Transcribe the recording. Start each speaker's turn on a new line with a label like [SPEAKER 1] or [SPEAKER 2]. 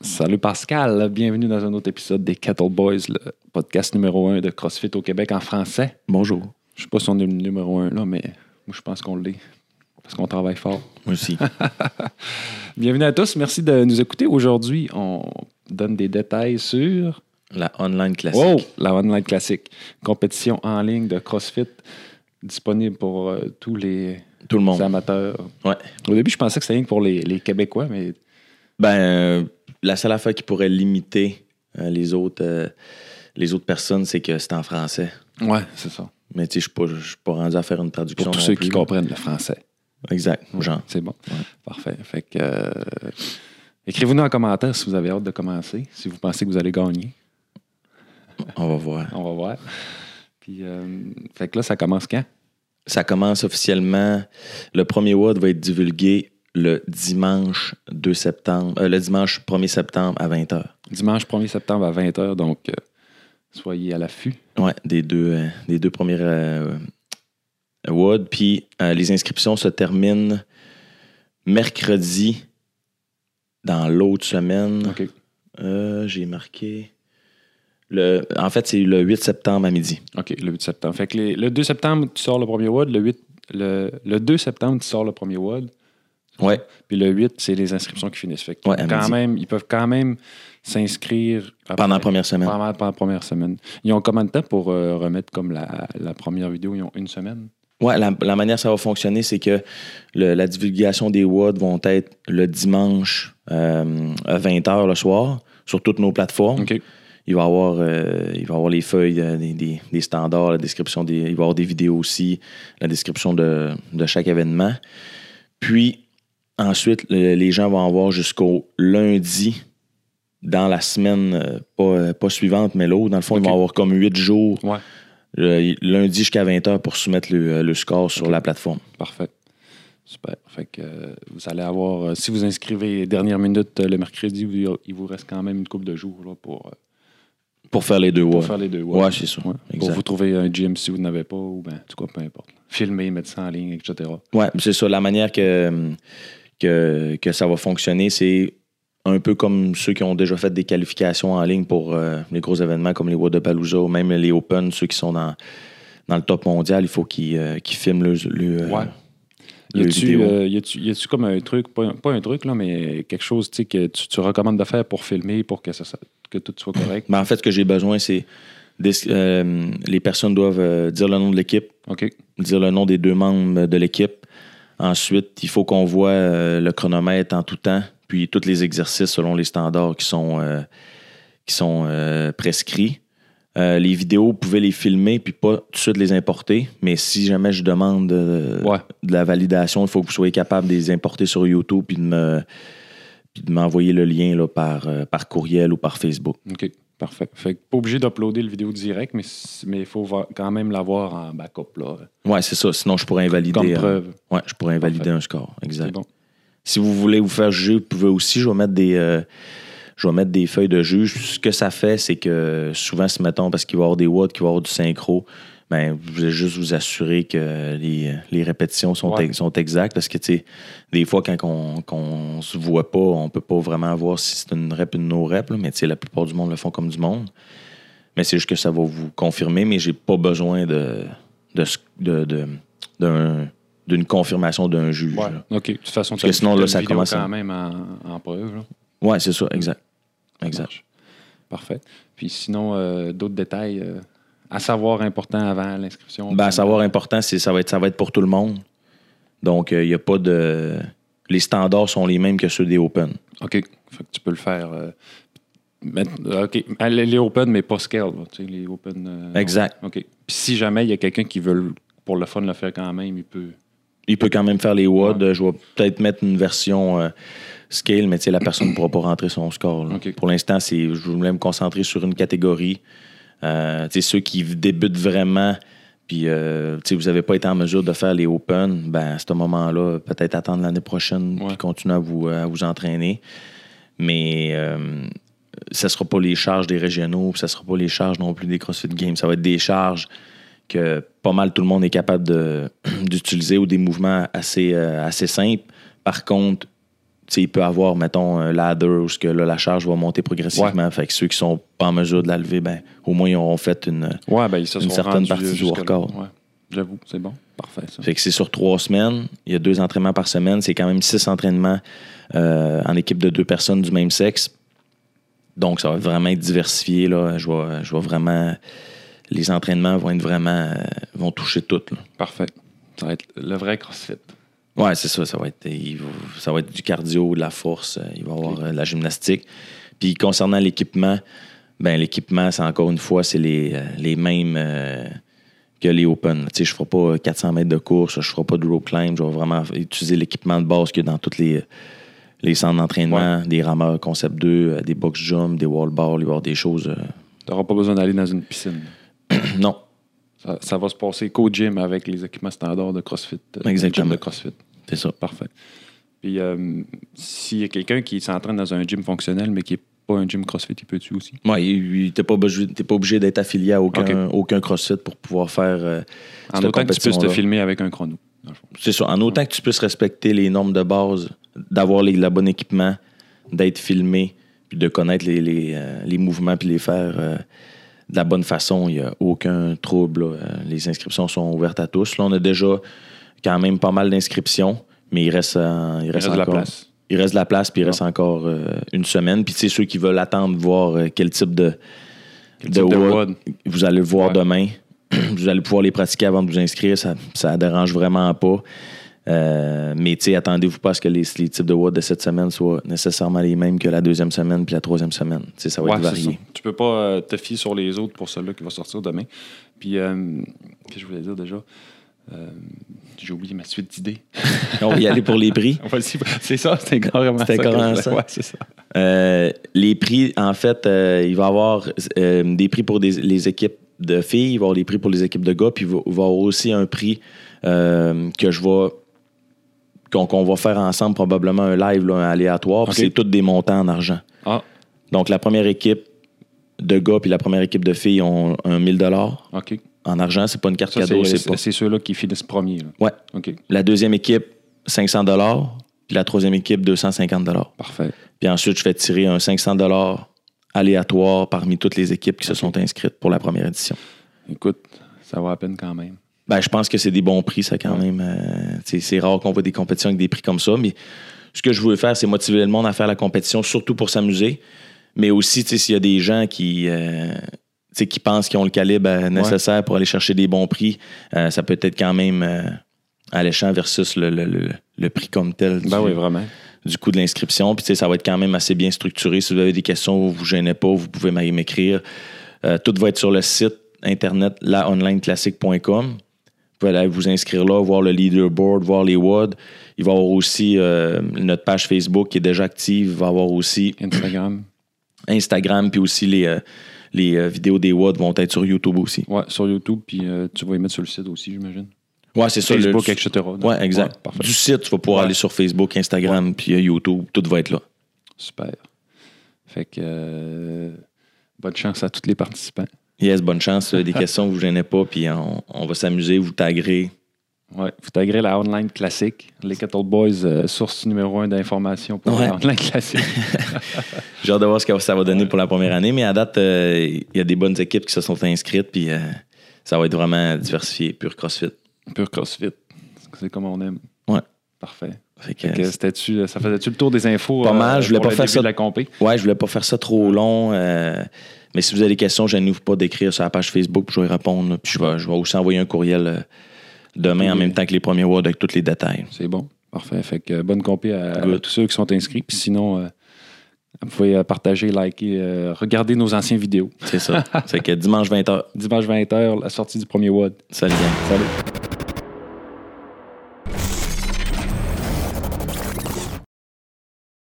[SPEAKER 1] Salut Pascal, bienvenue dans un autre épisode des Cattle Boys, le podcast numéro un de CrossFit au Québec en français.
[SPEAKER 2] Bonjour.
[SPEAKER 1] Je sais pas si on est le numéro un là, mais moi je pense qu'on l'est parce qu'on travaille fort.
[SPEAKER 2] Moi aussi.
[SPEAKER 1] Bienvenue à tous, merci de nous écouter. Aujourd'hui, on donne des détails sur
[SPEAKER 2] La online classique.
[SPEAKER 1] wow, la Online Classic, compétition en ligne de CrossFit disponible pour euh, tous les
[SPEAKER 2] Tout le monde.
[SPEAKER 1] amateurs.
[SPEAKER 2] Ouais.
[SPEAKER 1] Au début, je pensais que c'était rien que pour les, les Québécois, mais
[SPEAKER 2] Ben, euh, la seule affaire qui pourrait limiter euh, les, autres, euh, les autres personnes, c'est que c'est en français.
[SPEAKER 1] ouais, c'est ça.
[SPEAKER 2] Mais tu sais, je suis pas- je suis pas rendu à faire une traduction.
[SPEAKER 1] Pour tous
[SPEAKER 2] non
[SPEAKER 1] ceux
[SPEAKER 2] plus.
[SPEAKER 1] qui comprennent le français.
[SPEAKER 2] Exact, genre.
[SPEAKER 1] C'est bon.
[SPEAKER 2] Ouais.
[SPEAKER 1] Parfait. Fait que, euh, écrivez-nous en commentaire si vous avez hâte de commencer, si vous pensez que vous allez gagner.
[SPEAKER 2] On va voir.
[SPEAKER 1] On va voir. Puis, euh, fait que là, ça commence quand?
[SPEAKER 2] Ça commence officiellement. Le premier WOD va être divulgué le dimanche 2 septembre, euh, le dimanche 1er septembre à 20h.
[SPEAKER 1] Dimanche 1er septembre à 20h, donc euh, soyez à l'affût.
[SPEAKER 2] Ouais, des deux, euh, des deux premières euh, WOD. Puis euh, les inscriptions se terminent mercredi dans l'autre semaine.
[SPEAKER 1] OK.
[SPEAKER 2] Euh, J'ai marqué. Le, en fait, c'est le 8 septembre à midi.
[SPEAKER 1] OK, le 8 septembre. Fait que les- le 2 septembre, tu sors le premier WOD. Le, 8, le, le 2 septembre, tu sors le premier WOD.
[SPEAKER 2] Ouais.
[SPEAKER 1] Puis le 8, c'est les inscriptions qui finissent. Fait que
[SPEAKER 2] Ouais, à
[SPEAKER 1] quand
[SPEAKER 2] midi.
[SPEAKER 1] même, ils peuvent quand même s'inscrire après-
[SPEAKER 2] Pendant la première semaine.
[SPEAKER 1] Pas mal pendant la première semaine. Ils ont combien de temps pour euh, remettre comme la, la première vidéo? Ils ont une semaine?
[SPEAKER 2] Ouais, la, la manière que ça va fonctionner, c'est que le- la divulgation des WOD vont être le dimanche euh, à 20h le soir sur toutes nos plateformes.
[SPEAKER 1] OK.
[SPEAKER 2] Il va y avoir, euh, il va y avoir les feuilles, euh, des, des- des standards, la description des. Il va y avoir des vidéos aussi, la description de, de chaque événement. Puis ensuite, le- les gens vont avoir jusqu'au lundi dans la semaine, euh, pas, euh, pas suivante, mais l'autre. Dans le fond, ils
[SPEAKER 1] Ok.
[SPEAKER 2] vont avoir comme huit jours,
[SPEAKER 1] Ouais.
[SPEAKER 2] euh, lundi jusqu'à 20h pour soumettre le, euh, le score sur la plateforme.
[SPEAKER 1] Parfait. Super. Fait que euh, vous allez avoir, euh, si vous inscrivez dernière minute euh, le mercredi, vous- il vous reste quand même une couple de jours là, pour, euh,
[SPEAKER 2] Pour faire les deux
[SPEAKER 1] pour
[SPEAKER 2] ouais.
[SPEAKER 1] faire les deux.
[SPEAKER 2] Ouais, c'est ça.
[SPEAKER 1] Ouais. Pour
[SPEAKER 2] Exact.
[SPEAKER 1] vous trouver un gym si vous n'avez pas, ou ben, en tout cas, peu importe. Filmer, mettre ça en ligne, etc.
[SPEAKER 2] Ouais, c'est ça. La manière que, que, que ça va fonctionner, c'est un peu comme ceux qui ont déjà fait des qualifications en ligne pour euh, les gros événements comme les Wadapalooza ou même les Open, ceux qui sont dans, dans le top mondial, il faut qu'ils euh, qu'ils filment le, le, euh,
[SPEAKER 1] Ouais. Y
[SPEAKER 2] le
[SPEAKER 1] a-tu
[SPEAKER 2] vidéo.
[SPEAKER 1] euh, y a-tu- y a-tu comme un truc, pas, un- pas un truc, là, mais quelque chose tu sais, que tu, tu recommandes de faire pour filmer, pour que, ça, ça- que tout soit correct?
[SPEAKER 2] Mais ben, en fait, ce que j'ai besoin, c'est des- euh, les personnes doivent euh, dire le nom de l'équipe,
[SPEAKER 1] OK.
[SPEAKER 2] dire le nom des deux membres de l'équipe. Ensuite, il faut qu'on voit euh, le chronomètre en tout temps, puis tous les exercices selon les standards qui sont, euh, qui sont euh, prescrits. Euh, les vidéos, vous pouvez les filmer, puis pas tout de suite les importer, mais si jamais je demande euh,
[SPEAKER 1] Ouais.
[SPEAKER 2] de la validation, il faut que vous soyez capable de les importer sur YouTube, puis de me puis de m'envoyer le lien là, par, euh, par courriel ou par Facebook.
[SPEAKER 1] OK, parfait. Fait que pas obligé d'uploader le vidéo direct, mais s- mais il faut va- quand même l'avoir en backup, là,
[SPEAKER 2] Ouais, c'est ça. Sinon, je pourrais invalider.
[SPEAKER 1] comme
[SPEAKER 2] euh,
[SPEAKER 1] preuve.
[SPEAKER 2] ouais, je pourrais invalider
[SPEAKER 1] Parfait.
[SPEAKER 2] un score. Exact.
[SPEAKER 1] C'est bon.
[SPEAKER 2] Si vous voulez vous faire juger, vous pouvez aussi. Je vais mettre des, euh, je vais mettre des feuilles de juge. Ce que ça fait, c'est que souvent, si mettons, parce qu'il va y avoir des watts, qu'il va y avoir du synchro, ben, vous voulez juste vous assurer que les, les répétitions sont,
[SPEAKER 1] Ouais.
[SPEAKER 2] ex- sont exactes. Parce que, tu sais, des fois, quand on, qu'on se voit pas, on peut pas vraiment voir si c'est une rep ou une no-rep. là, Mais, tu sais, la plupart du monde le font comme du monde. Mais c'est juste que ça va vous confirmer. Mais j'ai pas besoin de, de, ce- de- de- d'un- d'une confirmation d'un juge.
[SPEAKER 1] Ouais.
[SPEAKER 2] là.
[SPEAKER 1] OK, de toute façon,
[SPEAKER 2] Parce que
[SPEAKER 1] t'as-
[SPEAKER 2] sinon,
[SPEAKER 1] t'as
[SPEAKER 2] là,
[SPEAKER 1] une
[SPEAKER 2] ça
[SPEAKER 1] vidéo
[SPEAKER 2] commence à-
[SPEAKER 1] quand même en, en preuve, là.
[SPEAKER 2] Ouais, c'est ça, exact.
[SPEAKER 1] Ça
[SPEAKER 2] Exact.
[SPEAKER 1] marche. Parfait. Puis sinon, euh, d'autres détails euh, à savoir important avant l'inscription.
[SPEAKER 2] Ben, à savoir important, c'est ça va être ça va être pour tout le monde. Donc il n'y a pas de les standards sont les mêmes que ceux des Open.
[SPEAKER 1] OK, fait que tu peux le faire. euh, mettre- OK, Allez, les open, mais pas scale, là, tu sais, les open. euh,
[SPEAKER 2] Exact.
[SPEAKER 1] OK. Puis si jamais il y a quelqu'un qui veut, le- pour le fun, le faire quand même, il peut.
[SPEAKER 2] Il peut quand même faire les WOD, je vais peut-être mettre une version euh, scale mais tu sais la personne ne pourra pas rentrer son score. là.
[SPEAKER 1] Ok.
[SPEAKER 2] Pour l'instant, c'est je voulais me concentrer sur une catégorie. Euh, tu sais, ceux qui débutent vraiment puis euh, tu sais, vous n'avez pas été en mesure de faire les Open, ben à ce moment-là, peut-être attendre l'année prochaine
[SPEAKER 1] Ouais.
[SPEAKER 2] puis continuer à vous à vous entraîner. mais euh, ça sera pas les charges des régionaux, puis ça sera pas les charges non plus des CrossFit Games. Ça va être des charges que pas mal tout le monde est capable de- d'utiliser ou des mouvements assez, euh, assez simples. Par contre, sais, il peut avoir, mettons, un ladder où ce que, là, la charge va monter progressivement. Fait que ceux qui sont pas en mesure de la lever, ben, au moins, ils auront fait une.
[SPEAKER 1] Ouais, ben, ils se
[SPEAKER 2] Une
[SPEAKER 1] sont
[SPEAKER 2] certaine
[SPEAKER 1] rendus
[SPEAKER 2] partie du
[SPEAKER 1] jusque-là.
[SPEAKER 2] workout.
[SPEAKER 1] Ouais. J'avoue, c'est bon. Parfait, ça.
[SPEAKER 2] Fait que c'est sur trois semaines. Il y a deux entraînements par semaine. C'est quand même six entraînements euh, en équipe de deux personnes du même sexe. Donc, ça va vraiment être diversifié. Là. Je, vois, je vois vraiment. Les entraînements vont être vraiment. euh, vont toucher tout. là.
[SPEAKER 1] Parfait. Ça va être le vrai CrossFit.
[SPEAKER 2] Ouais, c'est ça. Ça va, être, il va- ça va être du cardio, de la force, euh, il va y avoir euh, de la gymnastique. Puis concernant l'équipement, ben l'équipement, c'est encore une fois, c'est les, euh, les mêmes euh, que les Open. Tu sais, je ne ferai pas 400 mètres de course, je ne ferai pas de rope climb, je vais vraiment utiliser l'équipement de base qu'il y a dans tous les, les centres d'entraînement, des rameurs Concept 2, euh, des box jump, des wall ball, il va y avoir des choses. euh,
[SPEAKER 1] Tu n'auras pas besoin d'aller dans une piscine.
[SPEAKER 2] non,
[SPEAKER 1] Ça, ça va se passer qu'au gym avec les équipements standards de CrossFit. euh,
[SPEAKER 2] Exactement.
[SPEAKER 1] gym de CrossFit.
[SPEAKER 2] c'est ça.
[SPEAKER 1] Parfait. Puis, euh, s'il y a quelqu'un qui s'entraîne dans un gym fonctionnel, mais qui n'est pas un gym CrossFit, il peut-tu aussi?
[SPEAKER 2] Oui, tu n'es pas, obligé- t'es pas obligé d'être affilié à aucun,
[SPEAKER 1] Ok.
[SPEAKER 2] aucun CrossFit pour pouvoir faire. euh,
[SPEAKER 1] En
[SPEAKER 2] cette
[SPEAKER 1] autant que tu puisses te
[SPEAKER 2] compétition-là.
[SPEAKER 1] filmer avec un chrono. dans le fond.
[SPEAKER 2] C'est ça. En autant que tu puisses respecter les normes de base, d'avoir les- le bon équipement, d'être filmé, puis de connaître les, les, euh, les mouvements, puis les faire euh, de la bonne façon, il n'y a aucun trouble. là. Euh, Les inscriptions sont ouvertes à tous. Là, on a déjà quand même pas mal d'inscriptions, mais il reste, euh, il
[SPEAKER 1] Il
[SPEAKER 2] reste
[SPEAKER 1] reste de la
[SPEAKER 2] encore-
[SPEAKER 1] place. Ah.
[SPEAKER 2] Il reste de la place, puis il reste encore euh, une semaine. Puis, tu sais, ceux qui veulent attendre, voir euh, quel type de,
[SPEAKER 1] Quel type de
[SPEAKER 2] WOD
[SPEAKER 1] WOD?
[SPEAKER 2] vous allez le voir
[SPEAKER 1] Ouais.
[SPEAKER 2] demain. Vous allez pouvoir les pratiquer avant de vous inscrire. Ça ne dérange vraiment pas. Euh, mais tu sais, attendez-vous pas à ce que les, les types de WOD de cette semaine soient nécessairement les mêmes que la deuxième semaine puis la troisième semaine. Tu sais, ça va
[SPEAKER 1] Ouais,
[SPEAKER 2] être
[SPEAKER 1] c'est
[SPEAKER 2] varié.
[SPEAKER 1] ça. Tu peux pas euh, te fier sur les autres pour celui-là qui va sortir demain. Puis, euh, qu'est-ce que je voulais dire déjà? Euh, J'ai oublié ma suite d'idées.
[SPEAKER 2] On va y aller pour les prix.
[SPEAKER 1] Voici- c'est ça, c'était carrément
[SPEAKER 2] C'était
[SPEAKER 1] ça que je
[SPEAKER 2] carrément
[SPEAKER 1] voulais-
[SPEAKER 2] ça.
[SPEAKER 1] Ouais, c'est ça.
[SPEAKER 2] Euh, les prix, en fait, euh, il va y avoir euh, des prix pour des- les équipes de filles, il va y avoir des prix pour les équipes de gars, puis il va, il va y avoir aussi un prix euh, que je vais qu'on qu'on va faire ensemble probablement un live là, un aléatoire, puis
[SPEAKER 1] Ok.
[SPEAKER 2] c'est tous des montants en argent.
[SPEAKER 1] Ah,
[SPEAKER 2] Donc la première équipe de gars puis la première équipe de filles ont un 1000 dollars
[SPEAKER 1] OK.
[SPEAKER 2] en argent, c'est pas une carte
[SPEAKER 1] Ça,
[SPEAKER 2] cadeau,
[SPEAKER 1] c'est-
[SPEAKER 2] c'est pas.
[SPEAKER 1] c'est c'est ceux-là qui finissent premier. là.
[SPEAKER 2] Ouais.
[SPEAKER 1] OK,
[SPEAKER 2] La deuxième équipe 500 dollars, puis la troisième équipe 250 dollars.
[SPEAKER 1] parfait.
[SPEAKER 2] Puis ensuite, je fais tirer un 500 aléatoire parmi toutes les équipes qui se sont inscrites pour la première édition.
[SPEAKER 1] Écoute, ça va à peine quand même.
[SPEAKER 2] Ben, je pense que c'est des bons prix, ça, quand
[SPEAKER 1] Ouais.
[SPEAKER 2] même. euh, tu sais, c'est rare qu'on voit des compétitions avec des prix comme ça, mais ce que je voulais faire, c'est motiver le monde à faire la compétition, surtout pour s'amuser, mais aussi, tu sais, s'il y a des gens qui... euh, tu sais, qui pensent qu'ils ont le calibre euh, nécessaire pour aller chercher des bons prix, euh, ça peut être quand même euh, alléchant versus le, le- le- le prix comme tel
[SPEAKER 1] Ben
[SPEAKER 2] du-
[SPEAKER 1] oui, vraiment.
[SPEAKER 2] du coût de l'inscription. Puis tu sais, ça va être quand même assez bien structuré. Si vous avez des questions, vous ne vous gênez pas, vous pouvez m'aller m'écrire. Euh, tout va être sur le site internet laonlineclassique.com. Vous pouvez aller vous inscrire là, voir le leaderboard, voir les WOD. Il va y avoir aussi euh, notre page Facebook qui est déjà active. Il va y avoir aussi
[SPEAKER 1] Instagram.
[SPEAKER 2] Instagram, puis aussi les, euh, les euh, vidéos des WOD vont être sur YouTube aussi.
[SPEAKER 1] Ouais, sur YouTube, puis euh, tu vas y mettre sur le site aussi, j'imagine.
[SPEAKER 2] Ouais, c'est ça. le-
[SPEAKER 1] Facebook, etc. donc.
[SPEAKER 2] Ouais, exact.
[SPEAKER 1] Ouais, parfait.
[SPEAKER 2] du site, tu vas pouvoir
[SPEAKER 1] Ouais.
[SPEAKER 2] aller sur Facebook, Instagram, puis euh, YouTube. Tout va être là.
[SPEAKER 1] Super. Fait que euh, bonne chance à tous les participants.
[SPEAKER 2] Yes, bonne chance. euh, Des questions, vous gênez pas, puis on, on va s'amuser, vous taguer.
[SPEAKER 1] Ouais, vous taguerez la online classique. Les Kettle Boys, euh, source numéro un d'information pour
[SPEAKER 2] Ouais.
[SPEAKER 1] la online classique.
[SPEAKER 2] J'ai hâte de voir ce que ça va donner pour la première année, mais à date, euh, il y a des bonnes équipes qui se sont inscrites, puis euh, ça va être vraiment diversifié, pur CrossFit.
[SPEAKER 1] Pur CrossFit. C'est comme on aime.
[SPEAKER 2] Ouais.
[SPEAKER 1] Parfait.
[SPEAKER 2] Fait que, euh,
[SPEAKER 1] Fait que c'était-tu- euh, ça faisait-tu le tour des infos? euh,
[SPEAKER 2] Pas mal, je voulais
[SPEAKER 1] pour
[SPEAKER 2] pas
[SPEAKER 1] le
[SPEAKER 2] faire
[SPEAKER 1] début
[SPEAKER 2] ça-
[SPEAKER 1] de la compé.
[SPEAKER 2] ouais, je voulais pas faire ça trop long, euh, mais si vous avez des questions, gênez-vous pas d'écrire sur la page Facebook, puis je vais y répondre, là, puis je vais, je vais aussi envoyer un courriel euh, demain en
[SPEAKER 1] Oui.
[SPEAKER 2] même temps que les premiers Words avec tous les détails.
[SPEAKER 1] C'est bon. Parfait. Fait que euh, bonne compé à, à
[SPEAKER 2] Good.
[SPEAKER 1] tous ceux qui sont inscrits. Puis sinon, euh, vous pouvez euh, partager, liker, euh, regarder nos anciennes vidéos.
[SPEAKER 2] C'est ça. C'est que dimanche 20h.
[SPEAKER 1] Dimanche 20h, la sortie du premier WOD.
[SPEAKER 2] Salut, gang.
[SPEAKER 1] Salut.